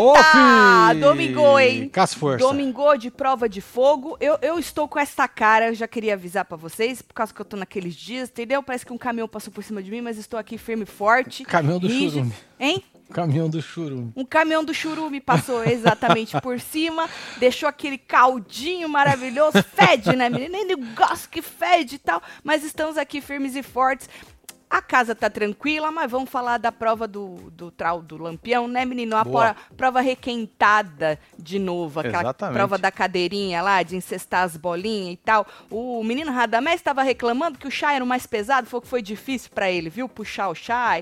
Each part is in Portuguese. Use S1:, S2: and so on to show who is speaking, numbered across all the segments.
S1: Ofi!
S2: Domingou, hein?
S1: Cas força.
S2: Domingou de prova de fogo. Eu, eu estou com esta cara, eu já queria avisar pra vocês, por causa que eu tô naqueles dias, entendeu? Parece que um caminhão passou por cima de mim, mas estou aqui firme e forte.
S1: Caminhão do
S2: rígido.
S1: churume.
S2: Hein?
S1: Caminhão do churume.
S2: Um caminhão do churume passou exatamente por cima, deixou aquele caldinho maravilhoso, fede, né, menina? Nem gosto que fede e tal, mas estamos aqui firmes e fortes. A casa tá tranquila, mas vamos falar da prova do, do trau do lampião, né, menino? Uma
S1: Boa.
S2: prova, prova requentada de novo, aquela
S3: Exatamente.
S2: prova da cadeirinha lá, de incestar as bolinhas e tal. O menino Radamés estava reclamando que o chá era o mais pesado, foi que foi difícil pra ele, viu? Puxar o chá,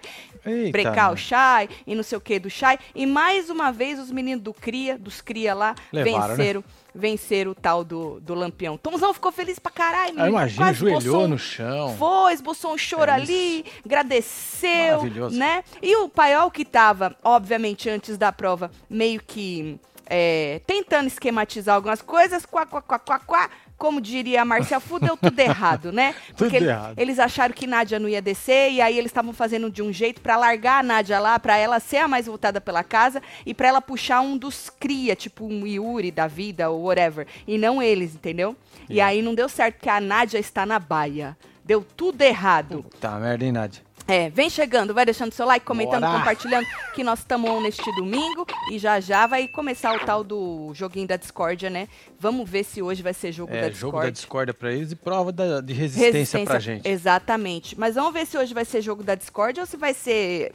S3: Eita,
S2: brecar o
S3: mano.
S2: Shai e não sei o que do Shai. E mais uma vez os meninos do Cria, dos Cria lá,
S1: Levaram, né?
S2: venceram. Venceram o tal do, do Lampião. Tomzão ficou feliz pra caralho,
S1: Aí
S2: menino.
S1: imagina,
S2: Quase
S1: Ah, joelhou
S2: esboçou
S1: no
S2: um-
S1: chão.
S2: Foi, esboçou um choro
S1: É
S2: ali, agradeceu,
S1: Maravilhoso.
S2: né? E o Paiol que tava, obviamente, antes da prova, meio que é, tentando esquematizar algumas coisas, quá, quá, quá, quá, quá, como diria a Marcia Fu, deu tudo errado, né? Porque ele-
S1: errado.
S2: eles acharam que Nádia não ia descer e aí eles estavam fazendo de um jeito pra largar a Nádia lá, pra ela ser a mais voltada pela casa e pra ela puxar um dos cria, tipo um Yuri da vida ou whatever, e não eles, entendeu? E aí não deu certo porque a Nádia está na baia. Deu tudo errado.
S1: Tá, merda, hein, Nádia?
S2: É, vem chegando, vai deixando seu like, comentando,
S1: Bora.
S2: compartilhando que nós estamos neste domingo e já já vai começar o tal do joguinho da discórdia, né? Vamos ver se hoje vai ser jogo da
S1: É, jogo da
S2: discórdia.
S1: discórdia pra eles e prova da- de resistência, pra gente.
S2: Exatamente. Mas vamos ver se hoje vai ser jogo da Discord ou se vai ser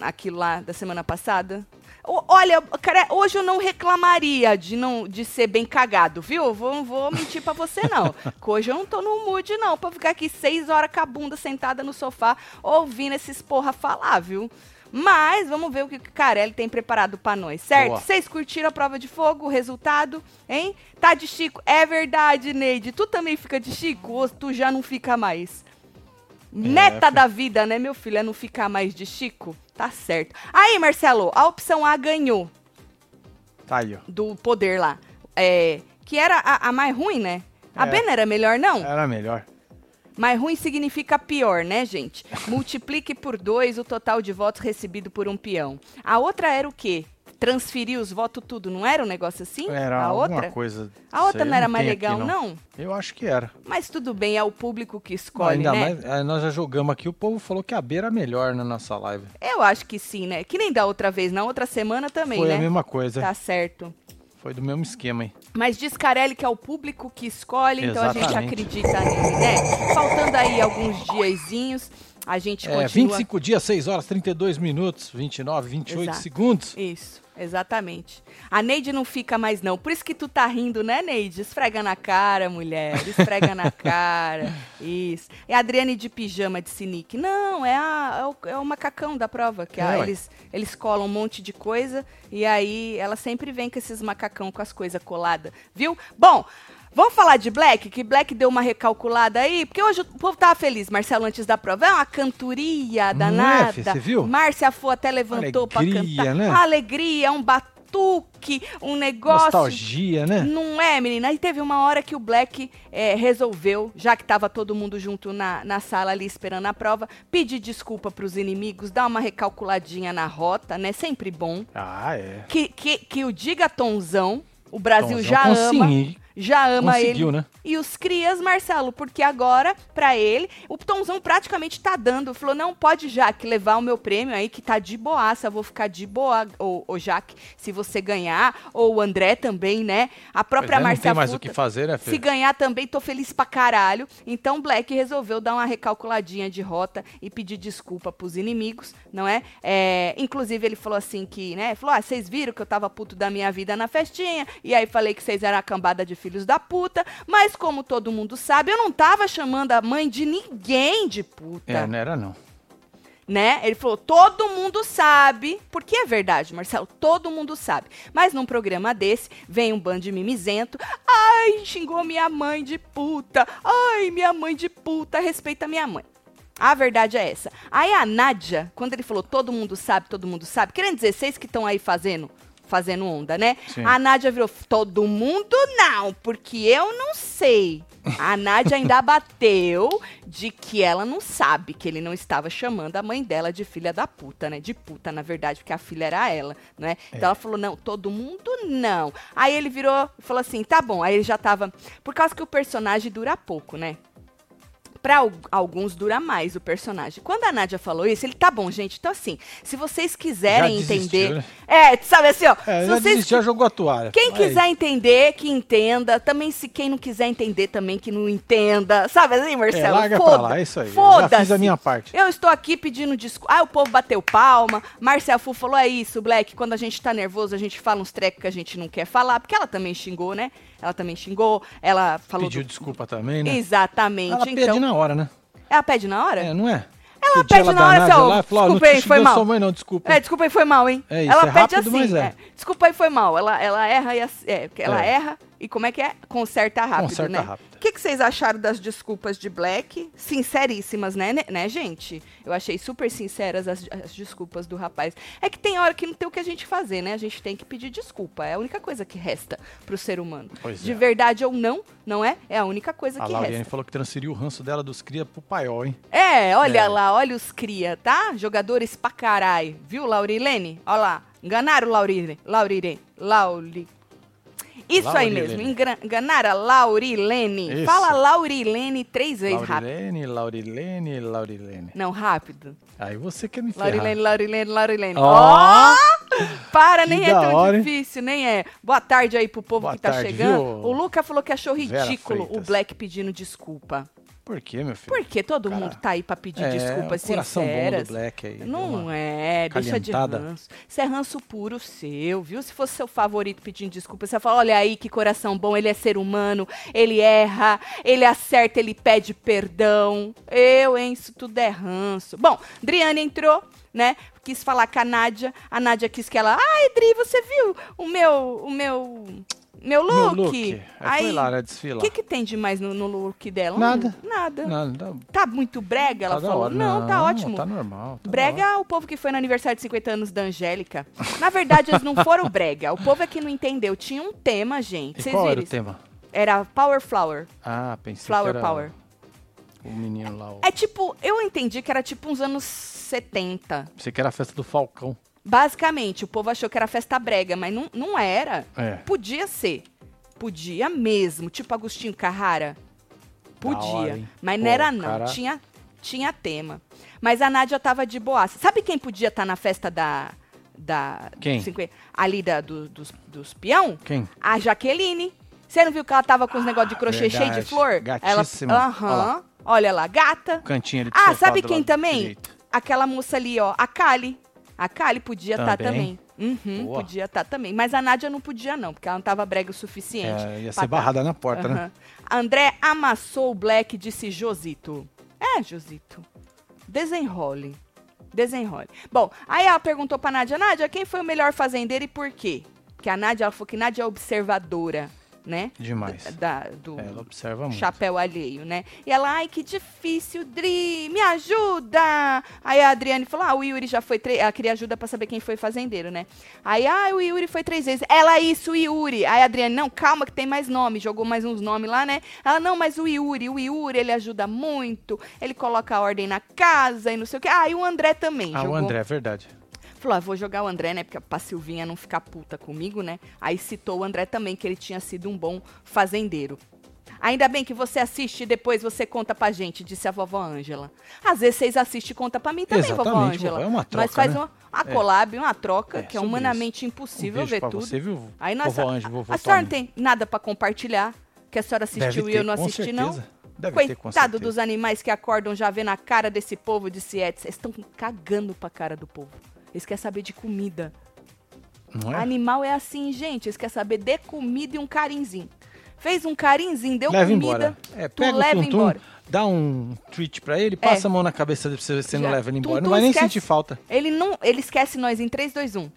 S2: aquilo lá da semana passada. O- olha, cara, hoje eu não reclamaria de não de ser bem cagado, viu? Vou, vou mentir pra você, não. Que Hoje eu não tô no mood, não, pra ficar aqui seis horas com a bunda sentada no sofá ouvindo esses porra falar, viu? Mas vamos ver o que o Carelli tem preparado pra nós, certo?
S1: Boa.
S2: Vocês curtiram a prova de fogo, o resultado, hein? Tá de Chico. É verdade, Neide. Tu também fica de Chico ou tu já não fica mais?
S1: É,
S2: Meta
S1: fi-
S2: da vida, né, meu filho? É não ficar mais de Chico? Tá certo. Aí, Marcelo, a opção A ganhou
S1: Tá aí, ó.
S2: do poder lá. É, que era a, a mais ruim, né? A
S1: É.
S2: B não era melhor, não?
S1: Era melhor.
S2: Mais ruim significa pior, né, gente? Multiplique por dois o total de votos recebido por um peão. A outra era o quê? Transferir os votos tudo, não era um negócio assim?
S1: Era
S2: a
S1: alguma
S2: outra?
S1: coisa.
S2: A outra
S1: sei,
S2: não era
S1: tem
S2: mais
S1: aqui,
S2: legal, não.
S1: Eu acho que era.
S2: Mas tudo bem, é o público que
S1: Não,
S2: escolhe,
S1: ainda
S2: né?
S1: mais, aí nós já jogamos aqui, o povo falou que a beira é melhor na nossa live.
S2: Eu acho que sim, né? Que nem da outra vez, na outra semana também,
S1: Foi
S2: né?
S1: a mesma coisa.
S2: Tá certo.
S1: Foi do mesmo esquema, hein?
S2: Mas diz Carelli que é o público que escolhe, então a gente
S1: Exatamente.
S2: acredita nele, né? Faltando aí alguns diazinhos, a gente
S1: É,
S2: continua.
S1: 25 dias, 6 horas, 32 minutos, 29, 28
S2: Exato.
S1: segundos.
S2: Isso, exatamente. A Neide não fica mais, não. Por isso que tu tá rindo, né, Neide? Esfrega na cara, mulher. Esfrega na cara. Isso. É a Adriane de pijama de sinique. Não, é, a- é o, é o macacão da prova. Que
S1: É,
S2: a-
S1: ué.
S2: eles, eles colam um monte de coisa e aí ela sempre vem com esses macacão com as coisas coladas, viu? Bom. Vamos falar de Black, que Black deu uma recalculada aí, porque hoje o povo tava feliz, Marcelo, antes da prova. É uma cantoria danada.
S1: fi? é, Você viu?
S2: Márcia Fu até levantou pra
S1: Alegria,
S2: cantar.
S1: né?
S2: Alegria, um batuque, um negócio.
S1: Nostalgia, né?
S2: Não é, menina? E teve uma hora que o Black eh, resolveu, já que tava todo mundo junto na, na sala ali esperando a prova, pedir desculpa pros inimigos, dar uma recalculadinha na rota, né? Sempre bom.
S1: Ah, é.
S2: Que, que, que o diga Tonzão, o Brasil
S1: Tonzão
S2: já ama.
S1: consegui-
S2: Já ama ele.
S1: Conseguiu, né?
S2: E os crias, Marcelo, porque agora, pra ele, o Tomzão praticamente tá dando. Falou, não, pode, Jaque, levar o meu prêmio aí, que tá de boaça, vou ficar de boa, ô, ô Jaque, se você ganhar, ou o André também, né? A
S1: Pois é,
S2: própria
S1: não
S2: Marcia
S1: tem mais o
S2: Futa,
S1: que fazer, né,
S2: se
S1: filho?
S2: ganhar também, tô feliz pra caralho. Então, Black resolveu dar uma recalculadinha de rota e pedir desculpa pros inimigos, não é? É, inclusive, ele falou assim que, né? Falou, ah, vocês viram que eu tava puto da minha vida na festinha, e aí falei que vocês eram a cambada de filhos da puta, mas como todo mundo sabe, eu não tava chamando a mãe de ninguém de puta,
S1: É, não era não.
S2: né? Ele falou, todo mundo sabe, porque é verdade, Marcelo, todo mundo sabe. Mas num programa desse, vem um bando de mimizento, ai, xingou minha mãe de puta, ai, minha mãe de puta, respeita minha mãe. A verdade é essa. Aí a Nádia, quando ele falou, todo mundo sabe, todo mundo sabe, querendo dizer, vocês que estão aí fazendo fazendo onda, né?
S1: Sim.
S2: A Nádia virou, todo mundo não, porque eu não sei. A Nádia ainda bateu de que ela não sabe, que ele não estava chamando a mãe dela de filha da puta, né? De puta, na verdade, porque a filha era ela, né?
S1: É.
S2: Então ela falou, não, todo mundo não. Aí ele virou, falou assim, tá bom. Aí ele já tava, por causa que o personagem dura pouco, né? Pra al- alguns dura mais o personagem. Quando a Nádia falou isso, ele tá bom, gente. Então, assim, se vocês quiserem
S1: Já desistiu,
S2: entender.
S1: né?
S2: É, sabe assim, ó.
S1: É,
S2: se
S1: já,
S2: vocês
S1: desistiu, já jogou a toalha.
S2: quem
S1: Aí,
S2: quiser entender, que entenda. Também, se quem não quiser entender, também que não entenda. Sabe assim, Marcelo?
S1: É, larga
S2: Foda-
S1: pra lá, é isso aí. Eu já
S2: Foda-se.
S1: fiz a minha parte.
S2: Eu estou aqui pedindo desculpa. Ah, o povo bateu palma. Marcel Fu falou: é isso, Black. Quando a gente tá nervoso, a gente fala uns trecos que a gente não quer falar. Porque ela também xingou, né? Ela também xingou. Ela falou.
S1: Pediu
S2: do-
S1: desculpa também, né?
S2: Exatamente.
S1: Ela
S2: então.
S1: pede na hora, né?
S2: Ela pede na hora?
S1: É, não é?
S2: Ela
S1: Outro dia
S2: pede na hora,
S1: danada
S2: seu-
S1: lá, falou,
S2: desculpa
S1: ó, não te
S2: aí, foi
S1: xingou
S2: mal.
S1: sua mãe não, desculpa.
S2: É, desculpa aí, foi mal, hein?
S1: É isso,
S2: ela
S1: é
S2: pede
S1: rápido,
S2: assim.
S1: mas é.
S2: Desculpa aí, foi mal. Ela, ela erra e ac- é, porque ela
S1: É.
S2: erra e como é que é? Conserta rápido,
S1: Conserta
S2: né?
S1: rápido.
S2: O que, que vocês acharam das desculpas de Black? Sinceríssimas, né, né, né, gente? Eu achei super sinceras as, as desculpas do rapaz. É que tem hora que não tem o que a gente fazer, né? A gente tem que pedir desculpa. É a única coisa que resta pro ser humano.
S1: Pois
S2: de
S1: é.
S2: verdade ou não, não é? É a única coisa
S1: A
S2: que
S1: Lauriane
S2: resta.
S1: Ah, falou que transferiu o ranço dela dos cria pro paiol, hein?
S2: É, olha
S1: É.
S2: lá, olha os cria, tá? Jogadores pra caralho. Viu, Laurilene? Olha lá. Enganaram o Laurilene. Laurilene. Lauri. Isso aí
S1: Laurilene.
S2: mesmo. engra- Enganaram a Laurilene.
S1: Isso.
S2: Fala Laurilene três vezes rápido.
S1: Laurilene, Laurilene, Laurilene.
S2: Não, rápido.
S1: Aí você quer me ferrar.
S2: Laurilene, Laurilene, Laurilene.
S1: Ó!
S2: Para,
S1: Que
S2: nem é
S1: da
S2: tão
S1: hora, hein?
S2: difícil, nem é. Boa tarde aí pro povo
S1: Boa
S2: que tá
S1: tarde,
S2: chegando.
S1: viu,
S2: O Luca falou que achou
S1: Vera
S2: ridículo o
S1: Freitas?
S2: Black pedindo desculpa.
S1: Por quê, meu filho?
S2: Porque todo
S1: Cara,
S2: mundo tá aí pra pedir
S1: é,
S2: desculpas
S1: o coração bom
S2: sinceras.
S1: do Black aí. deu
S2: Não
S1: uma-
S2: é, deixa de
S1: calentada.
S2: ranço. Isso é ranço puro seu, viu? Se fosse seu favorito pedindo desculpa, você ia falar, olha aí que coração bom, ele é ser humano, ele erra, ele acerta, ele pede perdão. Eu, hein? Isso tudo é ranço. Bom, Driane entrou, né? Quis falar com a Nádia. A Nádia quis que ela, ai, Dri, você viu o meu, o meu, meu
S1: Meu
S2: look?
S1: look. Aí, foi lá, né,
S2: o
S1: desfilar.
S2: que que tem de mais no, no look dela?
S1: Nada.
S2: Hum, Nada.
S1: Não, tá,
S2: Tá muito brega? Ela
S1: tá da
S2: falou.
S1: hora.
S2: Não, tá ótimo.
S1: Tá normal. tá da hora.
S2: Brega o povo que foi no aniversário de 50 anos da Angélica. Na verdade, eles não foram brega. O povo é que não entendeu. Tinha um tema, gente.
S1: E
S2: Vocês
S1: qual
S2: viram?
S1: era o
S2: isso?
S1: tema?
S2: Era Power Flower.
S1: Ah, pensei que
S2: Flower
S1: era
S2: Power.
S1: o menino lá. O...
S2: É tipo, eu entendi que era tipo uns anos 70.
S1: Pensei que era a festa do Falcão.
S2: Basicamente, o povo achou que era festa brega, mas não, não era.
S1: É.
S2: Podia ser. Podia mesmo. Tipo Agostinho Carrara. Podia.
S1: hora, hein?
S2: mas não
S1: Pô,
S2: era, não.
S1: cara-
S2: Tinha, tinha tema. Mas a Nádia tava de boaça. Sabe quem podia estar na festa da. da
S1: Quem?
S2: 50 ali da, do- dos, dos peão?
S1: Quem?
S2: A Jaqueline. Você não viu que ela tava com os negócios de crochê cheio de
S1: verdade.
S2: flor?
S1: Gatíssima.
S2: Ela, Aham.
S1: Olha lá.
S2: Olha lá, gata.
S1: O cantinho ali do
S2: Ah,
S1: sofá
S2: sabe
S1: do
S2: quem
S1: lado
S2: também?
S1: direito.
S2: Aquela moça ali, ó, a Kali. A Kali podia estar também.
S1: Também.
S2: Uhum,
S1: Boa.
S2: podia estar também. Mas a Nádia não podia, não, porque ela não tava brega o suficiente.
S1: É, ia
S2: pra
S1: ser
S2: tá.
S1: barrada na porta, né?
S2: Aham. André amassou o Black e disse Josito. É, Josito. Desenrole. Desenrole. Bom, aí ela perguntou pra Nádia, Nádia, quem foi o melhor fazendeiro e por quê? Porque a Nádia, ela falou que Nádia é observadora, né?
S1: Demais. É,
S2: Da, do,
S1: Ela observa muito.
S2: chapéu alheio, né? E ela, ai, que difícil, Dri, me ajuda! Aí a Adriane falou, ah, o Yuri já foi três... Ela queria ajuda pra saber quem foi fazendeiro, né? Aí, ah, o Yuri foi três vezes. Ela, isso, o Yuri. Aí a Adriane, não, calma que tem mais nome. Jogou mais uns nomes lá, né? Ela, não, mas o Yuri, o Yuri, ele ajuda muito. Ele coloca a ordem na casa e não sei o quê. Ah, e o André também
S1: Ah,
S2: jogou.
S1: o André, é verdade.
S2: Falou, ah, vou jogar o André, né? Porque pra Silvinha não ficar puta comigo, né? Aí citou o André também, que ele tinha sido um bom fazendeiro. Ainda bem que você assiste e depois você conta pra gente, disse a vovó Ângela. Às vezes vocês assistem e contam pra mim também, vovó
S1: Exatamente,
S2: Ângela.
S1: vovó, é uma
S2: Nós
S1: troca,
S2: faz
S1: né?
S2: uma, uma collab, uma troca,
S1: É,
S2: que é
S1: sobre
S2: humanamente
S1: Um
S2: impossível
S1: beijo
S2: ver
S1: pra
S2: tudo.
S1: você, viu?
S2: Aí nós,
S1: vovó
S2: a,
S1: Anjo, vovô
S2: a senhora
S1: Tony.
S2: não tem nada pra compartilhar, que a senhora
S1: Deve
S2: assistiu e
S1: ter,
S2: eu não
S1: com
S2: assisti,
S1: certeza.
S2: não?
S1: Deve ter, com
S2: Coitado
S1: certeza.
S2: dos animais que acordam já vê na cara desse povo, disse Edson. Eles estão cagando pra cara do povo. Eles querem saber de comida.
S1: Não é?
S2: Animal é assim, gente. Eles querem saber de comida e um carinzinho. Fez um carinzinho, deu
S1: leva
S2: comida.
S1: embora. É,
S2: tu
S1: pega
S2: leva
S1: o tum,
S2: embora. É.
S1: dá um treat pra ele, passa a mão na cabeça dele pra você ver se você não
S2: Já.
S1: leva ele
S2: Tum,
S1: embora.
S2: tum,
S1: não vai nem
S2: esquece.
S1: sentir falta.
S2: Ele não, ele esquece nós em 3, 2, 1.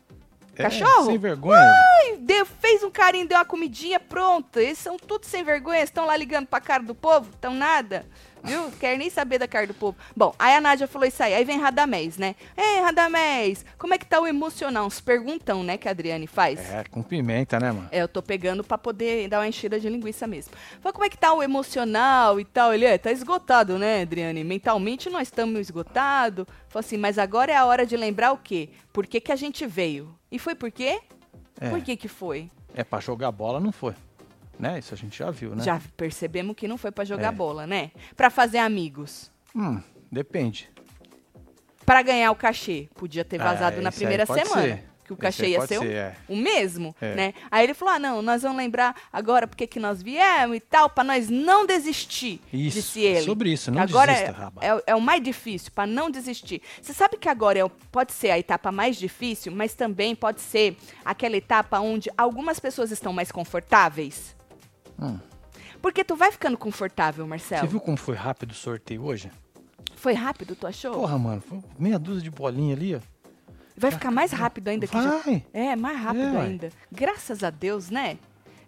S1: É,
S2: Cachorro?
S1: sem vergonha.
S2: Ai, deu- fez um carinho, deu uma comidinha, pronto. Eles são todos sem vergonha, estão lá ligando pra cara do povo, estão nada. Viu? Quer nem saber da cara do povo. Bom, aí a Nádia falou isso aí. Aí vem Radamés, né? Ei, Radamés, como é que tá o emocional? Uns perguntão, né, que a Adriane faz.
S1: É, com pimenta, né, mano?
S2: É, eu tô pegando pra poder dar uma enchida de linguiça mesmo. Fala, como é que tá o emocional e tal? Ele, é, tá esgotado, né, Adriane? Mentalmente nós estamos esgotados. Falei assim, mas agora é a hora de lembrar o quê? Por que que a gente veio? E foi por quê?
S1: É.
S2: Por que que foi?
S1: É, pra jogar bola não foi. Né? Isso a gente já viu, né?
S2: Já percebemos que não foi pra jogar
S1: É.
S2: bola, né? Pra fazer amigos.
S1: Hum, depende.
S2: Pra ganhar o cachê. Podia ter vazado
S1: É,
S2: na
S1: isso aí
S2: primeira
S1: pode
S2: semana.
S1: ser.
S2: Que o
S1: Isso
S2: cachê
S1: aí
S2: ia
S1: pode
S2: ser, o-
S1: é.
S2: o mesmo,
S1: É.
S2: né? Aí ele falou: ah, não, nós vamos lembrar agora porque que nós viemos e tal, pra nós não desistir,
S1: Isso, é
S2: disse ele.
S1: sobre isso, não
S2: agora
S1: desista,
S2: é-
S1: Raba.
S2: é, o- é o mais difícil, pra não desistir. Você sabe que agora é o- pode ser a etapa mais difícil, mas também pode ser aquela etapa onde algumas pessoas estão mais confortáveis.
S1: Hum.
S2: Porque tu vai ficando confortável,
S1: Você
S2: Marcelo.
S1: viu como foi rápido o sorteio hoje?
S2: Foi rápido, tu achou?
S1: Porra, mano, foi meia dúzia de bolinha ali, ó.
S2: Vai ficar mais rápido ainda que já.
S1: Vai!
S2: É, mais rápido
S1: É, ué.
S2: ainda. Graças a Deus, né?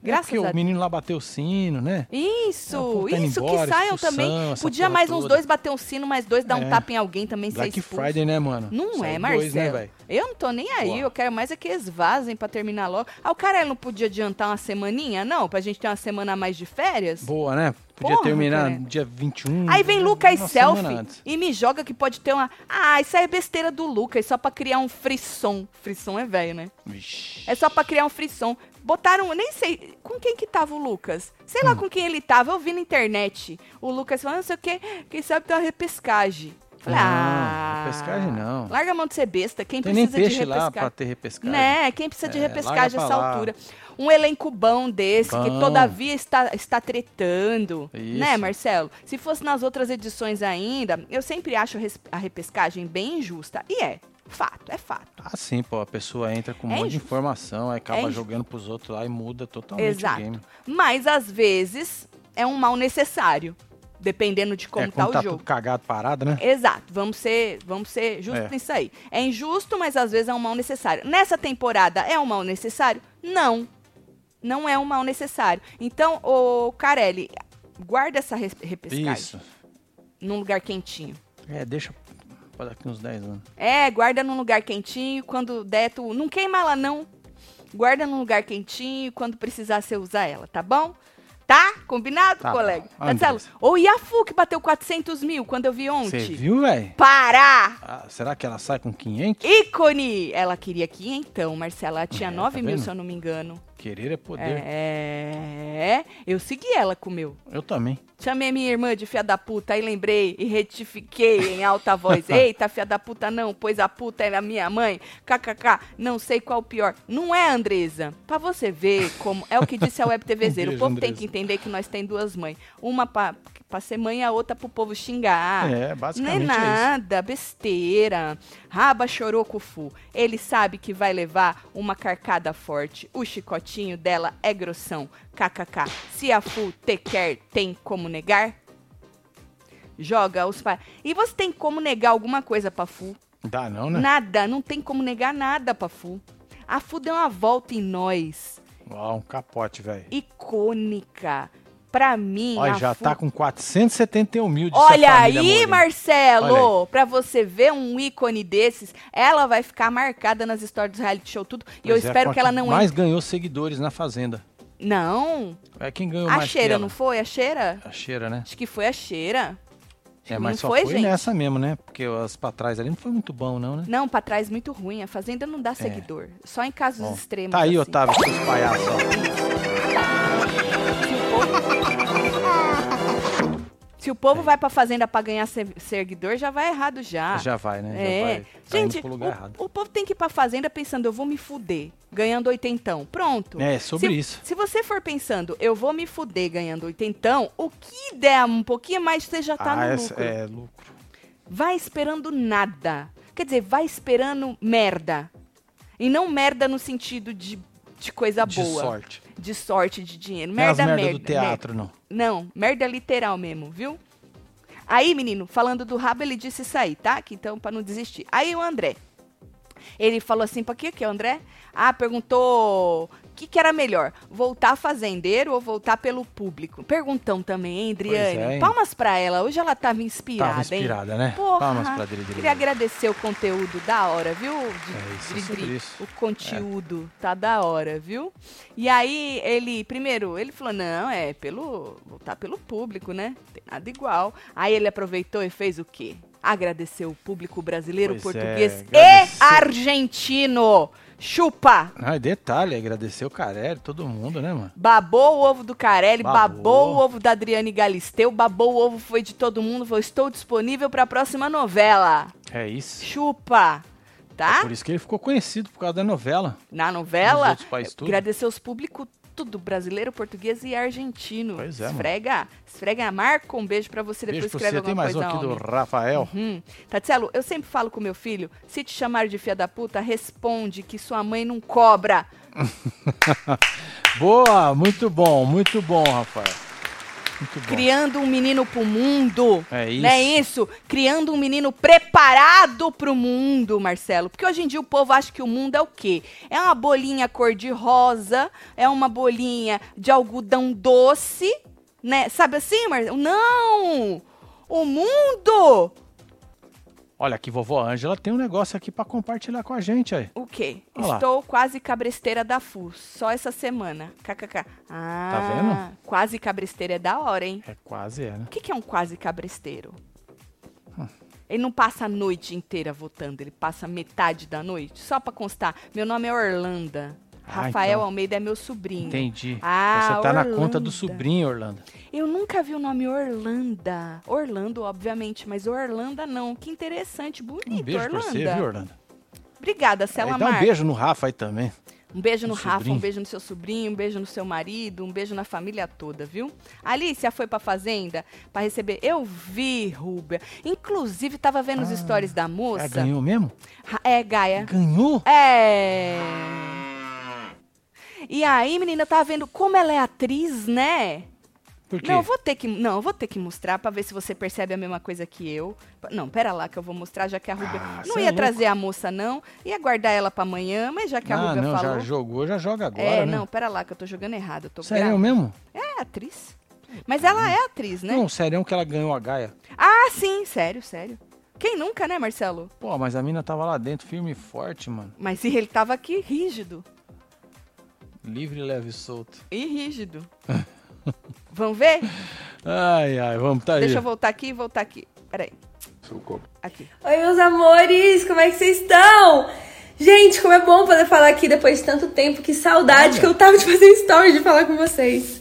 S1: é
S2: Graças
S1: porque
S2: a
S1: o menino lá bateu o sino, né? É, o
S2: Isso,
S1: povo tá indo
S2: isso,
S1: embora,
S2: que saiam
S1: expulsão,
S2: também.
S1: essa
S2: Podia
S1: porra
S2: mais uns
S1: toda.
S2: dois bater um sino, mais dois dar um
S1: É.
S2: tapa em alguém também, ser
S1: Black
S2: expulso.
S1: Friday, né, mano?
S2: Não
S1: Saiu
S2: é,
S1: dois, né,
S2: Marcelo.
S1: velho?
S2: eu não tô nem aí,
S1: Porra.
S2: eu quero mais é que eles vazem pra terminar logo. Ah, o cara ele não podia adiantar uma semaninha, não? Pra gente ter uma semana a mais de férias?
S1: Boa, né? Podia
S2: Porra,
S1: terminar
S2: cara.
S1: dia 21.
S2: Aí vem Lucas
S1: né? uma semana
S2: Selfie
S1: antes.
S2: e me joga que pode ter uma. Ah, isso aí é besteira do Lucas, só pra criar um frisson. Frisson é velho, né?
S1: Vixe.
S2: É só pra criar um frisson. Botaram, nem sei, com quem que tava o Lucas? Sei
S1: Hum.
S2: lá com quem ele tava, eu vi na internet. O Lucas falando, não sei o quê, quem sabe tem uma repescagem. Falei,
S1: Não,
S2: ah,
S1: repescagem não.
S2: Larga a mão de ser besta, quem
S1: Tem nem
S2: precisa
S1: peixe
S2: de
S1: lá
S2: repescagem?
S1: pra ter repescagem.
S2: Né, quem precisa de
S1: É,
S2: repescagem
S1: larga
S2: essa
S1: pra lá.
S2: altura? Um elenco bom desse, que
S1: Bom.
S2: todavia está, está tretando.
S1: Isso.
S2: Né, Marcelo? Se fosse nas outras edições ainda, eu sempre acho res- a repescagem bem injusta. E é, fato, é fato.
S1: Ah, sim, pô. A pessoa entra com um
S2: É
S1: monte de
S2: injusto.
S1: informação, aí
S2: É
S1: acaba
S2: injusto.
S1: jogando pros outros lá e muda totalmente
S2: Exato.
S1: o game.
S2: Mas às vezes é um mal necessário, dependendo de como
S1: é,
S2: tá
S1: quando
S2: o
S1: tá
S2: jogo.
S1: tudo cagado, parado, né?
S2: Exato, vamos ser, vamos ser justos
S1: É.
S2: nisso aí. É injusto, mas às vezes é um mal necessário. Nessa temporada é um mal necessário? Não. Não é um mal necessário. Então, o Carelli, guarda essa res- repescagem
S1: Isso.
S2: num lugar quentinho.
S1: É, deixa pra daqui uns 10 anos.
S2: É, guarda num lugar quentinho, quando der tu... Não queima ela, não. Guarda num lugar quentinho, quando precisar você usar ela, tá bom? Tá? Combinado,
S1: Tá
S2: colega?
S1: bom.
S2: Marcelo,
S1: Andressa.
S2: ou o Yafu que bateu 400 mil quando eu vi ontem.
S1: Você viu, velho?
S2: Pará!
S1: Ah, será que ela sai com 500?
S2: Ícone! Ela queria que então, Marcela. Ela tinha
S1: É,
S2: 9
S1: tá
S2: mil,
S1: vendo?
S2: se eu não me engano.
S1: Querer é poder.
S2: É. Eu segui ela com o meu.
S1: Eu também.
S2: Chamei minha irmã de fia da puta, aí lembrei e retifiquei em alta voz. Eita, fia da puta não, pois a puta era minha mãe. KKK, não sei qual o pior. Não é, Andresa? Pra você ver como... É o que disse a Web TV Zero. o
S1: Um beijo,
S2: povo tem
S1: Andresa.
S2: que entender que nós tem duas mães. Uma pra, pra ser mãe e a outra pro povo xingar.
S1: é,
S2: Não é
S1: basicamente é isso.
S2: nada, besteira. Raba chorou com o Fu. Ele sabe que vai levar uma carcada forte. O chicotinho dela é grossão. KKK. Se a Fu te quer, tem como negar? Joga os pais. E você tem como negar alguma coisa pra Fu?
S1: Dá não, né?
S2: Nada, não tem como negar nada pra Fu. A Fu deu uma volta em nós.
S1: Ó, um capote, velho.
S2: Icônica. Pra mim,
S1: Olha,
S2: a
S1: já
S2: Fu
S1: tá com 471 mil de
S2: Olha
S1: sua
S2: aí,
S1: família, Mourinho.
S2: Marcelo,
S1: Olha
S2: pra você ver um ícone desses, ela vai ficar marcada nas histórias do reality show tudo. E eu
S1: Mas é
S2: espero
S1: com a
S2: que ela não
S1: mais ganhou seguidores na Fazenda.
S2: entre- Não,
S1: É quem ganhou
S2: a
S1: mais que
S2: cheira
S1: ela.
S2: não foi? A cheira?
S1: A cheira, né?
S2: Acho que foi a cheira. Acho
S1: É,
S2: que
S1: mas
S2: não
S1: só
S2: foi,
S1: foi,
S2: gente.
S1: nessa mesmo, né? Porque as pra trás ali não foi muito bom, não, né?
S2: Não, pra trás muito ruim. A fazenda não dá seguidor. Só em casos
S1: É. Bom,
S2: extremos.
S1: Tá aí,
S2: assim.
S1: Otávio, seus palhaços. ó.
S2: Se o povo vai pra fazenda pra ganhar se- seguidor, já vai errado já.
S1: É. Já vai, né? Já
S2: Ah, É.
S1: vai. Tá indo
S2: gente,
S1: pro lugar
S2: o-
S1: errado.
S2: o, povo tem que ir pra fazenda pensando, eu vou me fuder, ganhando oitentão. Pronto.
S1: É, sobre
S2: se,
S1: isso.
S2: Se você for pensando, eu vou me fuder ganhando oitentão, o que der um pouquinho mais, você já tá
S1: ah,
S2: no
S1: essa-
S2: lucro.
S1: é lucro.
S2: Vai esperando nada. Quer dizer, vai esperando merda. E não merda no sentido de, de coisa
S1: De
S2: Tá boa.
S1: sorte.
S2: De sorte, de dinheiro.
S1: não é as
S2: Merda,
S1: merda,
S2: merda.
S1: do teatro, não.
S2: Não, merda literal mesmo, viu? Aí, menino, falando do rabo, ele disse isso aí, tá? Que então, pra não desistir. Aí o André. Ele falou assim, pra que que é o André? Ah, perguntou que, que era melhor? Voltar fazendeiro ou voltar pelo público? Perguntão também, hein,
S1: Pois
S2: Adriane?
S1: é, hein?
S2: Palmas pra ela. Hoje ela tava inspirada,
S1: Tava
S2: hein?
S1: inspirada, né?
S2: Porra,
S1: Palmas pra Dri
S2: Queria
S1: Dri.
S2: agradecer o conteúdo da hora, viu? Dri-
S1: É isso,
S2: Dri-
S1: é sobre
S2: Dri?
S1: isso.
S2: O conteúdo tá da hora, viu? E aí ele, primeiro, ele falou: "Não, é pelo, tá pelo público, né? Tem nada igual". Aí ele aproveitou e fez o quê? Agradeceu o público brasileiro,
S1: Pois é,
S2: português e
S1: agradeceu.
S2: argentino. Chupa!
S1: Ah, e detalhe, agradecer o Carelli, todo mundo, né, mano?
S2: Babou o ovo do Carelli, babou.
S1: Babou.
S2: o ovo da Adriane Galisteu, babou o ovo foi de todo mundo, falou, estou disponível para a próxima novela.
S1: É isso.
S2: Chupa, tá?
S1: Por isso que ele ficou conhecido por causa da novela.
S2: Na
S1: Nos
S2: novela,
S1: outros países tudo.
S2: agradecer os públicos tudo, brasileiro, português e argentino.
S1: Pois é, mano.
S2: esfrega, esfrega, marca um beijo pra você, depois
S1: Beijo pra
S2: escreve
S1: você. Tem
S2: alguma
S1: mais um
S2: coisa.
S1: aqui do
S2: homem.
S1: Rafael.
S2: Hum. Tatielo, eu sempre falo com meu filho, se te chamar de filha da puta, responde que sua mãe não cobra.
S1: Boa, muito bom, muito bom, Rafael. Muito bom.
S2: criando um menino pro mundo.
S1: É isso.
S2: Não é isso? Criando um menino preparado pro mundo, Marcelo. Porque hoje em dia o povo acha que o mundo é o quê? É uma bolinha cor-de-rosa, é uma bolinha de algodão doce, né? Sabe assim, Marcelo? Não! O mundo!
S1: Olha, aqui vovó Ângela tem um negócio aqui pra compartilhar com a gente aí.
S2: O quê?
S1: Olha lá.
S2: Estou quase cabresteira da FU, só essa semana. KKK. Ah,
S1: Tá vendo?
S2: Quase cabresteira é da hora, hein?
S1: É quase, é, né?
S2: O que, que é um quase cabresteiro?
S1: Hum.
S2: Ele não passa a noite inteira votando, ele passa metade da noite. Só pra constar, meu nome é Orlanda.
S1: Ah,
S2: Rafael
S1: então.
S2: Almeida é meu sobrinho.
S1: Entendi.
S2: Ah,
S1: Você tá na
S2: Orlando.
S1: conta do sobrinho, Orlando.
S2: Eu nunca vi o nome Orlanda. Orlando, obviamente, mas Orlanda não. Que interessante, bonito,
S1: Um beijo
S2: Orlanda.
S1: pra você, viu, Orlando?
S2: Obrigada, Cela
S1: Aí dá um
S2: é Mar.
S1: beijo no Rafa aí também.
S2: Um beijo no
S1: No
S2: Rafa, um
S1: sobrinho.
S2: beijo no seu sobrinho, um beijo no seu marido, um beijo na família toda, viu? A Alicia foi pra fazenda pra receber. Eu vi, Rubia. Inclusive, tava vendo os
S1: Ah,
S2: stories da
S1: Ah,
S2: moça.
S1: ganhou mesmo?
S2: Ra- É, Gaia.
S1: Ganhou?
S2: É. E aí, menina, eu tava vendo como ela é atriz, né?
S1: Por quê?
S2: Não, eu vou ter que, não, eu vou ter que mostrar pra ver se você percebe a mesma coisa que eu. Pa- Não, pera lá que eu vou mostrar, já que a Rubia
S1: Ah,
S2: não
S1: cê é
S2: ia
S1: louco.
S2: trazer a moça não, ia guardar ela pra amanhã, mas já que a
S1: ah,
S2: Rubia
S1: não,
S2: falou,
S1: já jogou, já joga agora,
S2: é,
S1: né?
S2: não, pera lá, que eu tô jogando errado. Eu tô
S1: Sério
S2: gra-
S1: mesmo?
S2: É atriz. Mas ela é atriz, né?
S1: Não, sério que ela ganhou a Gaia.
S2: Ah, sim, sério, sério. Quem nunca, né, Marcelo?
S1: Pô, mas a mina tava lá dentro, firme e forte, mano.
S2: Mas e ele tava aqui rígido.
S1: Livre, leve e solto.
S2: E rígido. Vamos ver?
S1: Ai, ai, vamos, tá
S2: Deixa eu
S1: aí.
S2: voltar aqui e voltar aqui. Peraí. Aqui.
S3: Oi, meus amores, como é que vocês estão? Gente, como é bom poder falar aqui depois de tanto tempo. Que saudade que eu tava de fazer stories, de falar com vocês.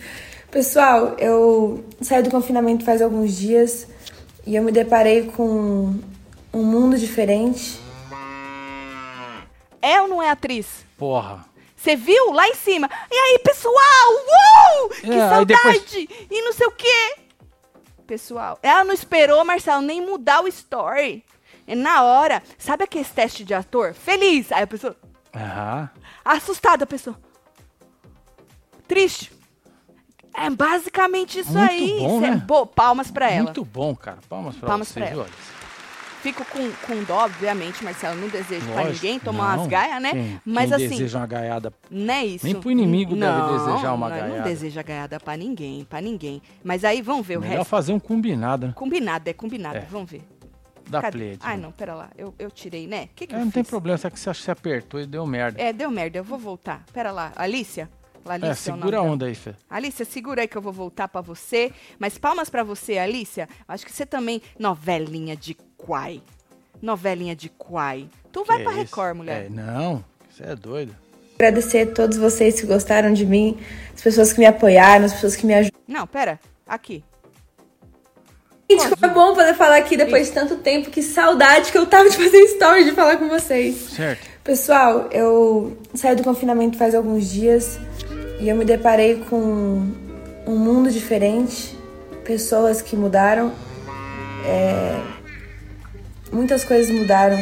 S3: Pessoal, eu saí do confinamento faz alguns dias e eu me deparei com um mundo diferente.
S2: É ou não é atriz?
S1: Porra.
S2: Você viu lá em cima? E aí, pessoal? Uou! Que
S1: É, aí
S2: saudade! E não sei o quê. Pessoal, ela não esperou, Marcelo, nem mudar o story. É na hora. Sabe aquele teste de ator? Feliz. Aí a pessoa...
S1: Aham.
S2: Assustada a pessoa. Triste. É basicamente isso
S1: Muito
S2: aí.
S1: bom,
S2: Cê- é
S1: né?
S2: bo- palmas pra ela.
S1: Muito bom, cara. Palmas pra
S2: Palmas
S1: você,
S2: pra
S1: viu?
S2: ela. Fico com, com dó, obviamente, Marcelo. Não desejo pra
S1: Lógico,
S2: ninguém tomar umas
S1: não.
S2: gaias, né?
S1: Quem-
S2: Mas
S1: quem
S2: assim,
S1: deseja uma gaiada.
S2: não é isso.
S1: Nem pro inimigo deve
S2: Não,
S1: desejar uma
S2: não, Não
S1: gaiada.
S2: deseja gaiada pra ninguém, pra ninguém. Mas aí vamos ver o
S1: Melhor
S2: resto.
S1: fazer um combinado, né?
S2: Combinado, é combinado.
S1: É.
S2: Vamos ver.
S1: Da né?
S2: Cadê?
S1: play.
S2: Ai, não, pera lá. Eu, eu tirei, né? O que, que
S1: É,
S2: eu
S1: não tem
S2: fiz?
S1: problema, só que você acha que se apertou e deu merda.
S2: É, deu merda. Eu vou voltar. Pera lá. Alícia? Lalícia
S1: É,
S2: o nome
S1: segura a
S2: dela.
S1: onda aí, Fê.
S2: Alícia, segura aí que eu vou voltar pra você. Mas palmas pra você, Alícia. Acho que você também. Novelinha de quai. Novelinha de quai. Tu vai
S1: Que
S2: pra
S1: isso?
S2: Record, mulher.
S1: É, não, você é doido.
S3: Agradecer a todos vocês que gostaram de mim, as pessoas que me apoiaram, as pessoas que me ajudaram.
S2: Não, pera. Aqui.
S3: Gente, como é bom poder falar aqui depois de tanto tempo. Que saudade que eu tava de fazer stories, de falar com vocês.
S1: Certo.
S3: Pessoal, eu saí do confinamento faz alguns dias e eu me deparei com um mundo diferente, pessoas que mudaram, é, muitas coisas mudaram,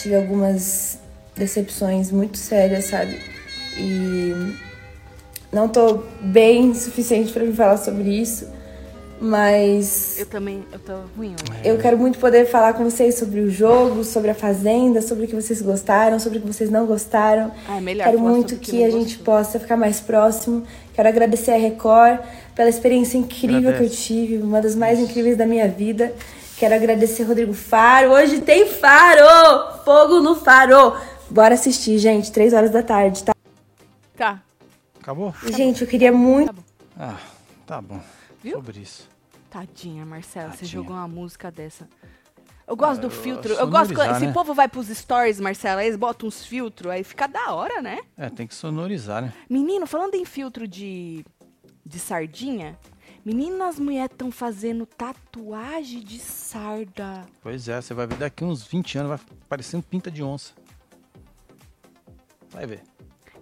S3: tive algumas decepções muito sérias, sabe? E não tô bem o suficiente pra me falar sobre isso, Mas
S2: Eu também, eu tô ruim hoje.
S3: eu quero muito poder falar com vocês sobre o jogo, sobre a Fazenda, sobre o que vocês gostaram, sobre o que vocês não gostaram.
S2: Ah, é melhor
S3: Quero
S2: falar
S3: muito
S2: sobre o que
S3: que,
S2: não
S3: a gente
S2: gostou.
S3: possa ficar mais próximo. Quero agradecer a Record pela experiência incrível que eu
S1: Agradece.
S3: tive, uma das mais incríveis da minha vida. Quero agradecer Rodrigo Faro. Hoje tem Faro! Fogo no Faro! Bora assistir, gente, três horas da tarde,
S1: É.
S3: tá?
S2: Tá.
S1: Acabou?
S3: gente, eu queria muito.
S1: Ah, tá bom.
S2: Viu?
S1: Sobre isso.
S2: Tadinha, Marcela, você
S1: Tadinha. Ah,
S2: jogou uma música dessa. Eu gosto do filtro. Eu
S1: sonorizar,
S2: gosto quando esse
S1: né?
S2: povo vai pros stories, Marcela, eles botam uns filtros, aí fica da hora, né?
S1: É, tem que sonorizar, né?
S2: Menino, falando em filtro de, de sardinha, menino, as mulheres estão fazendo tatuagem de sarda.
S1: Pois é, você vai ver daqui uns 20 anos, vai parecendo pinta de onça. Vai ver.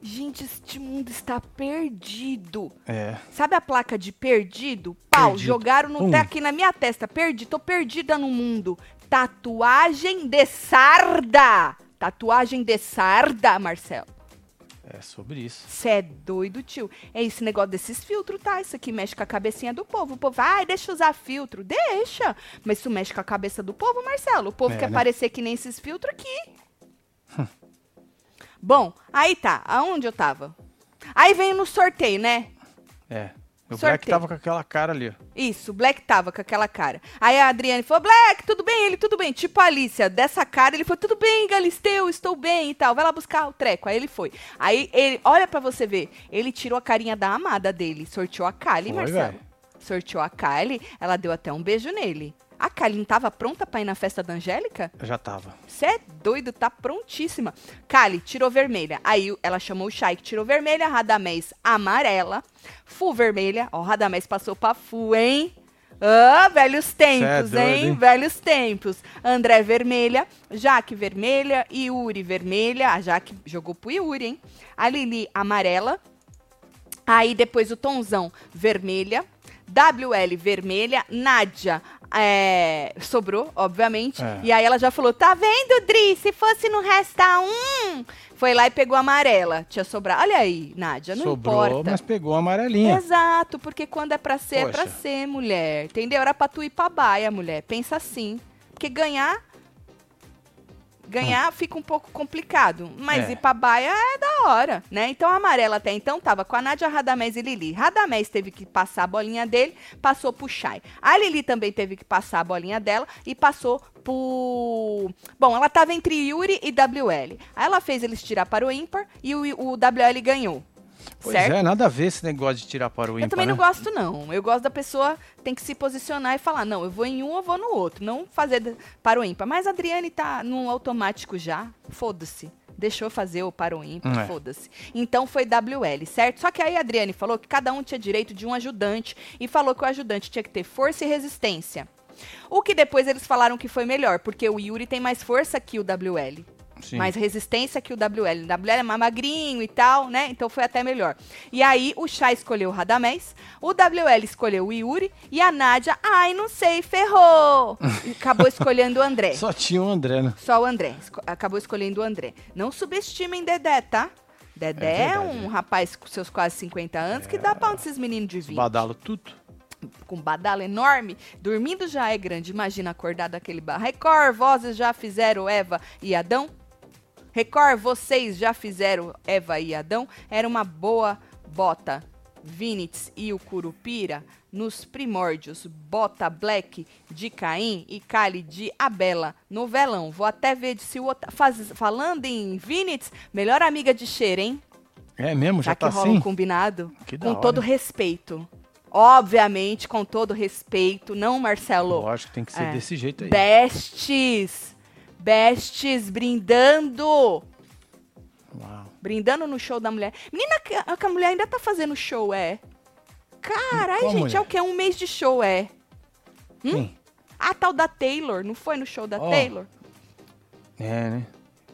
S2: Gente, este mundo está perdido.
S1: É.
S2: Sabe a placa de perdido? Pau,
S1: Perdido. Hum.
S2: jogaram no,
S1: Pum.
S2: tá aqui na minha testa. Perdi, tô perdida no mundo. Tatuagem de sarda. Tatuagem de sarda, Marcelo.
S1: É sobre isso.
S2: Cê é doido, tio. É esse negócio desses filtros, tá? Isso aqui mexe com a cabecinha do povo. O povo, ai, deixa eu usar filtro. Deixa. Mas isso mexe com a cabeça do povo, Marcelo. O povo
S1: É,
S2: quer
S1: né?
S2: parecer que nem esses filtros aqui. Bom, aí tá. Aonde eu tava? Aí veio no sorteio, né?
S1: É. O Black
S2: Sorteio.
S1: tava com aquela cara ali, ó.
S2: Isso, o Black tava com aquela cara. Aí a Adriane falou, Black, tudo bem? Ele, tudo bem. Tipo a Alicia, dessa cara, ele falou, tudo bem, Galisteu, estou bem e tal. Vai lá buscar o treco. Aí ele foi. Aí ele, olha pra você ver, ele tirou a carinha da amada dele, sorteou a Kali,
S1: Foi,
S2: Marcelo.
S1: velho.
S2: Sorteou a Kali, ela deu até um beijo nele. A Kali não tava pronta pra ir na festa da Angélica?
S1: Já tava.
S2: Você é doido, tá prontíssima. Kali tirou vermelha. Aí ela chamou o Shai, que tirou vermelha. Radamés amarela. Fu vermelha. Ó, o Radamés passou pra Fu, hein? Ah, velhos tempos,
S1: doido,
S2: hein?
S1: hein?
S2: Velhos tempos. André vermelha. Jaque vermelha. Yuri vermelha. A Jaque jogou pro Yuri, hein? A Lili amarela. Aí depois o Tonzão vermelha. WL vermelha, Nádia é, sobrou, obviamente.
S1: É.
S2: E aí ela já falou: tá vendo, Dri? Se fosse no resta um. Foi lá e pegou a amarela. Tinha sobrado. Olha aí, Nádia, não
S1: Sobrou,
S2: importa.
S1: mas pegou a amarelinha.
S2: Exato, porque quando é pra ser, é pra
S1: Poxa.
S2: ser, mulher. Entendeu? Era pra tu ir pra baia, mulher. Pensa assim. Porque ganhar. Ganhar fica um pouco complicado. Mas
S1: Hum. É.
S2: ir pra baia é da hora, né? Então a amarela até então tava com a Nádia, Radamés e Lili. Radamés teve que passar a bolinha dele, passou pro Shai. A Lili também teve que passar a bolinha dela e passou pro. Bom, ela tava entre Yuri e WL. Aí ela fez eles tirar para o ímpar e o, o WL ganhou.
S1: Pois
S2: certo?
S1: é, nada a ver esse negócio de tirar para o ímpar,
S2: Eu também
S1: né?
S2: não gosto, não. Eu gosto da pessoa tem que se posicionar e falar, não, eu vou em um, eu vou no outro. Não fazer d- para o ímpar. Mas a Adriane tá num automático já. Foda-se. Deixou fazer o para o ímpar,
S1: É.
S2: foda-se. Então foi WL, certo? Só que aí a Adriane falou que cada um tinha direito de um ajudante e falou que o ajudante tinha que ter força e resistência. O que depois eles falaram que foi melhor, porque o Yuri tem mais força que o WL
S1: Sim.
S2: mais resistência que o WL. O WL é mais magrinho e tal, né? Então foi até melhor. E aí o Chá escolheu o Radamés, o WL escolheu o Yuri e a Nádia, ai, não sei, ferrou! E acabou escolhendo o André.
S1: Só tinha o André, né?
S2: Só o André. Esco- Acabou escolhendo o André. Não subestimem Dedé, tá? Dedé é,
S1: É verdade, É.
S2: um rapaz com seus quase 50 anos que dá pra um desses meninos de 20
S1: Badalo tudo.
S2: com um badalo enorme, dormindo já é grande. Imagina acordar daquele bar. Record, vozes já fizeram Eva e Adão. Record, vocês já fizeram Eva e Adão. Era uma boa bota. Vinitz e o Curupira nos primórdios. Bota Black de Caim e Cali de Abela no velão. Vou até ver de se o Ota- faz- Falando em Vinitz, melhor amiga de Xer, hein?
S1: É mesmo, já
S2: Já que
S1: tá
S2: rola
S1: assim?
S2: um combinado?
S1: Que da
S2: com
S1: hora,
S2: todo
S1: hein?
S2: respeito. Obviamente, com todo respeito. Não, Marcelo.
S1: Lógico, tem que ser
S2: É.
S1: desse jeito aí.
S2: Bestes. Bestes brindando.
S1: Uau.
S2: Brindando no show da mulher. Menina, que a, que a mulher ainda tá fazendo show, é. Caralho,
S1: Qual
S2: gente,
S1: mulher?
S2: é o que? É um mês de show, é. Hum?
S1: Quem?
S2: A tal da Taylor, não foi no show da
S1: Ó.
S2: Taylor?
S1: É, né?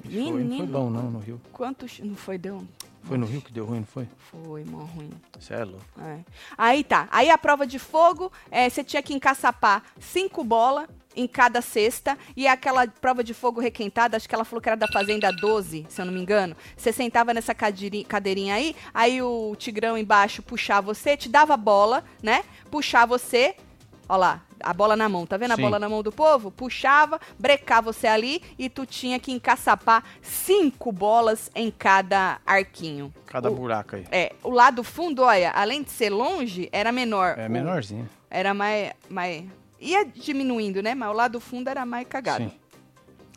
S1: Foi- Não
S2: Menino.
S1: foi bom, não, no Rio.
S2: Quantos. Não foi, deu. um-
S1: Foi no Rio que deu ruim, não foi?
S2: Foi, mó ruim.
S1: Você é louco.
S2: É. Aí tá. Aí a prova de fogo, é, você tinha que encaçapar cinco bolas em cada cesta. E aquela prova de fogo requentada, acho que ela falou que era da Fazenda 12, se eu não me engano. Você sentava nessa cadeirinha, cadeirinha aí, aí o tigrão embaixo puxava você, te dava bola, né? Puxar você. Olha lá, a bola na mão, tá vendo a
S1: Sim.
S2: bola na mão do povo? Puxava, brecava você ali e tu tinha que encaçapar cinco bolas em cada arquinho.
S1: Cada
S2: o,
S1: buraco aí.
S2: É, o lado fundo, olha, além de ser longe, era menor.
S1: É
S2: O-
S1: menorzinho.
S2: Era mais, mais... Ia diminuindo, né? Mas o lado fundo era mais cagado.
S1: Sim.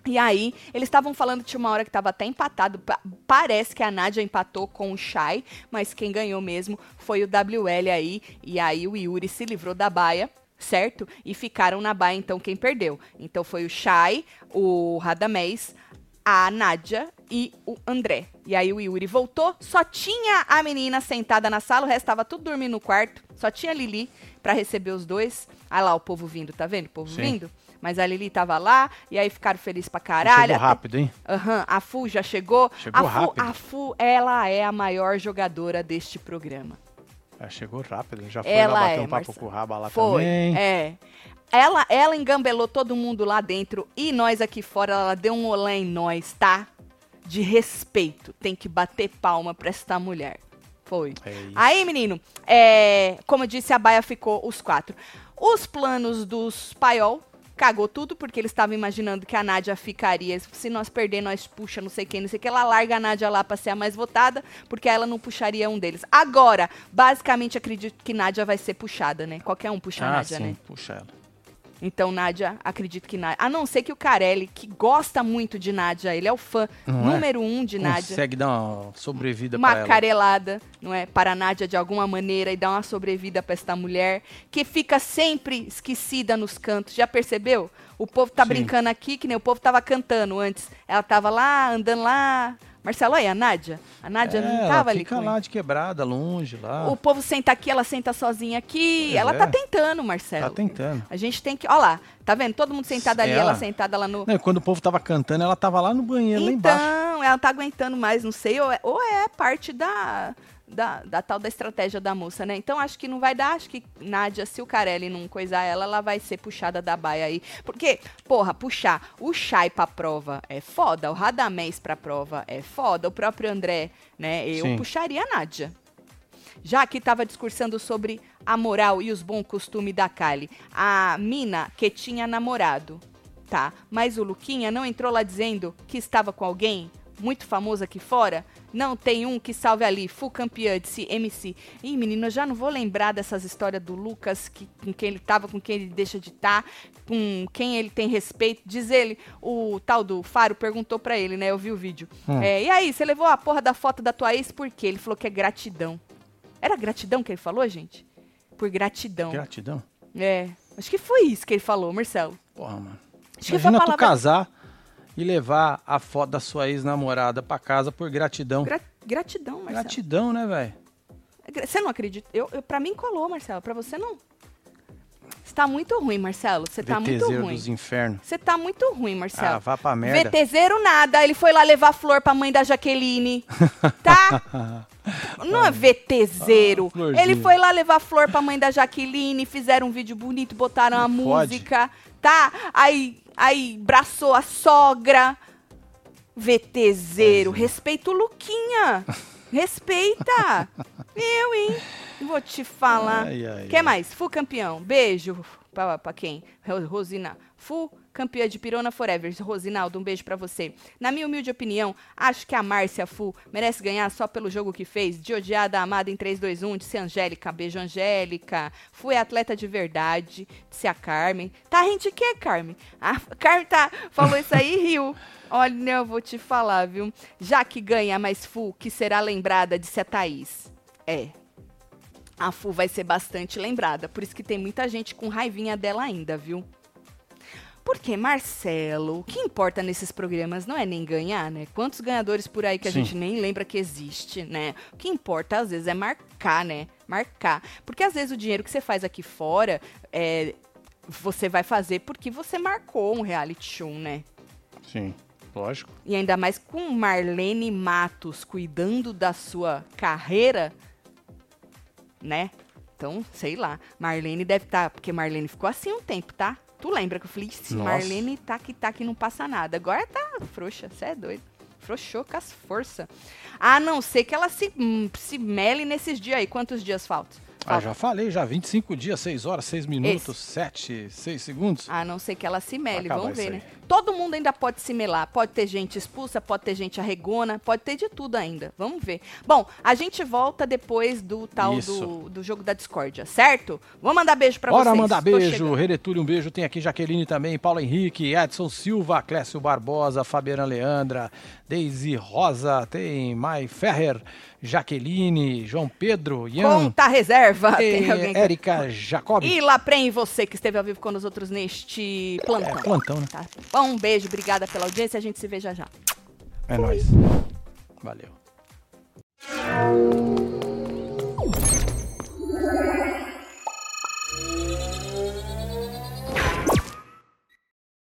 S2: E aí, eles estavam falando de uma hora que tava até empatado. Pa- parece que a Nádia empatou com o Shai, mas quem ganhou mesmo foi o WL aí. E aí o Yuri se livrou da baia, certo? E ficaram na baia, então, quem perdeu. Então foi o Shai, o Radamés, a Nádia e o André. E aí o Yuri voltou, só tinha a menina sentada na sala, o resto tava tudo dormindo no quarto, só tinha a Lili pra receber os dois. Olha lá o povo vindo, tá vendo? O povo
S1: Sim.
S2: vindo. Mas a Lili tava lá, e aí ficaram felizes pra caralho.
S1: Chegou rápido, hein?
S2: Aham, a Fu já chegou.
S1: Chegou
S2: a Fu,
S1: rápido.
S2: A Fu, ela é a maior jogadora deste programa.
S1: Ela É, chegou rápido. Já foi
S2: Ela
S1: lá bater
S2: é,
S1: um papo
S2: Marcelo.
S1: com o Raba lá
S2: Foi,
S1: também.
S2: é. Ela, ela engambelou todo mundo lá dentro e nós aqui fora, ela deu um olé em nós, tá? De respeito. Tem que bater palma pra esta mulher. Foi.
S1: É isso.
S2: Aí, menino, é, como eu disse, a baia ficou os quatro. Os planos dos paiol cagou tudo, porque eles estavam imaginando que a Nádia ficaria. Se nós perder, nós puxa, não sei quem, não sei o que. Ela larga a Nádia lá pra ser a mais votada, porque ela não puxaria um deles. Agora, basicamente, acredito que Nádia vai ser puxada, né? Qualquer um puxa a
S1: Ah,
S2: Nádia,
S1: sim.
S2: né?
S1: Puxa ela.
S2: Então, Nádia, acredito que Nádia. A não ser que o Carelli, que gosta muito de Nádia, ele é o fã
S1: Não é?
S2: número um de Nádia
S1: Consegue dar uma sobrevida pra
S2: uma
S1: ela.
S2: carelada, não é? Para a Nádia de alguma maneira e dar uma sobrevida para esta mulher que fica sempre esquecida nos cantos. Já percebeu? O povo tá
S1: Sim.
S2: brincando aqui, que nem o povo tava cantando antes. Ela tava lá, andando lá. Marcelo, olha a Nádia. A Nádia
S1: É,
S2: não
S1: ela
S2: tava ali
S1: fica
S2: com
S1: lá de quebrada, longe lá.
S2: ele. O povo senta aqui, ela senta sozinha aqui.
S1: Pois
S2: ela
S1: é.
S2: tá tentando, Marcelo.
S1: Tá tentando.
S2: A gente tem que. Olha lá, tá vendo? Todo mundo sentado ali, ela,
S1: Ela-
S2: sentada lá no.
S1: Não, e quando o povo tava cantando, ela tava lá no banheiro, lá embaixo.
S2: Então, ela tá aguentando mais, não sei, ou é, ou é parte da, da, da tal da estratégia da moça, né? Então, acho que não vai dar, acho que Nádia, se o Carelli não coisar ela, ela vai ser puxada da baia aí. Porque, porra, puxar o Chay pra prova é foda, o Radamés pra prova é foda, o próprio André, né? Eu
S1: Sim.
S2: puxaria a Nádia. Já que estava discursando sobre a moral e os bons costumes da Kali. A mina que tinha namorado, tá? Mas o Luquinha não entrou lá dizendo que estava com alguém muito famoso aqui fora? Não tem um que salve ali, full campeã de MC. Ih, menino, eu já não vou lembrar dessas histórias do Lucas, que, com quem ele tava, com quem ele deixa de estar, com quem ele tem respeito. Diz ele, o tal do Faro perguntou pra ele, né? Eu vi o vídeo. É, e aí, você levou a porra da foto da tua ex por quê? Ele falou que é gratidão. Era gratidão que ele falou, gente? Por gratidão.
S1: Gratidão.
S2: É. Acho que foi isso que ele falou, Marcelo.
S1: Porra, mano.
S2: Acho que foi a
S1: Imagina tu
S2: palavra.
S1: casar e levar a foto da sua ex-namorada pra casa por gratidão.
S2: Gra- gratidão, Marcelo. É
S1: Gratidão, né, velho?
S2: Gra- Você não acredita? Eu, eu, pra mim colou, Marcelo. Pra você não. Você tá muito ruim, Marcelo. Você tá muito
S1: VTZero
S2: ruim.
S1: dos infernos.
S2: Você tá muito ruim, Marcelo.
S1: Ah, vá pra merda.
S2: VTZero nada. Ele foi lá levar flor pra mãe da Jaqueline. Tá? Não é VTZero.
S1: Ah, florzinha.
S2: ele foi lá levar flor pra mãe da Jaqueline, fizeram um vídeo bonito, botaram a
S1: Não pode.
S2: música, tá? Aí, aí braçou a sogra. VTZero. Respeita o Luquinha. Respeita. Eu, hein? Vou te falar.
S1: Ai, ai,
S2: Quer
S1: ai.
S2: mais? Fu campeão. Beijo pra, pra quem? Ro- Rosina. Fu campeã de Pirona Forever. Rosinaldo, um beijo pra você. Na minha humilde opinião, acho que a Márcia Fu merece ganhar só pelo jogo que fez. De odiada, amada em 3, 2, 1, de ser Angélica. Beijo, Angélica. Fu é atleta de verdade, disse a Carmen. Tá gente que, Carmen? A Carmen tá, falou isso aí e riu. Olha, eu vou te falar, viu? Já que ganha, mas Fu, que será lembrada, disse a Thaís. É, a Fu vai ser bastante lembrada, por isso que tem muita gente com raivinha dela ainda, viu? Porque, Marcelo, o que importa nesses programas não é nem ganhar, né? Quantos ganhadores por aí que a
S1: Sim.
S2: gente nem lembra que existe, né? O que importa, às vezes, é marcar, né? Marcar. Porque, às vezes, o dinheiro que você faz aqui fora, é, você vai fazer porque você marcou um reality show, né?
S1: Sim, lógico.
S2: E ainda mais com Marlene Matos cuidando da sua carreira, né? Então, sei lá. Marlene deve estar. porque Marlene ficou assim um tempo, tá? Tu lembra que eu falei, "Ixi,
S1: Nossa.
S2: Marlene tá que tá que não passa nada. Agora tá frouxa, você é doido. Frouxou com as forças. A não ser que ela se, hum, se mele nesses dias aí. Quantos dias faltam?
S1: Ah,
S2: falta.
S1: já falei, já 25 dias, 6 horas, 6 minutos, 7, 6 segundos.
S2: A não ser que ela se mele,
S1: Vai acabar
S2: vamos ver,
S1: isso
S2: né?
S1: aí.
S2: Todo mundo ainda pode se melar. Pode ter gente expulsa, pode ter gente arregona, pode ter de tudo ainda. Vamos ver. Bom, a gente volta depois do tal
S1: Isso.
S2: do, do jogo da discórdia, certo? Vou mandar beijo pra
S1: Bora
S2: vocês. Tô
S1: mandar beijo,
S2: chegando.
S1: Redetúlio, um beijo. Tem aqui Jaqueline também, Paulo Henrique, Edson Silva, Clécio Barbosa, Fabiana Leandra, Deise Rosa, tem Mai Ferrer, Jaqueline, João Pedro, Ian,
S2: Conta a reserva. Tem alguém
S1: e-
S2: que...
S1: Érica Jacob.
S2: E Laprem, você que esteve ao vivo com os outros neste
S1: É
S2: plantão.
S1: plantão, né?
S2: Tá? Bom, um beijo, obrigada pela audiência. A gente se vê já já.
S1: É nóis. Valeu.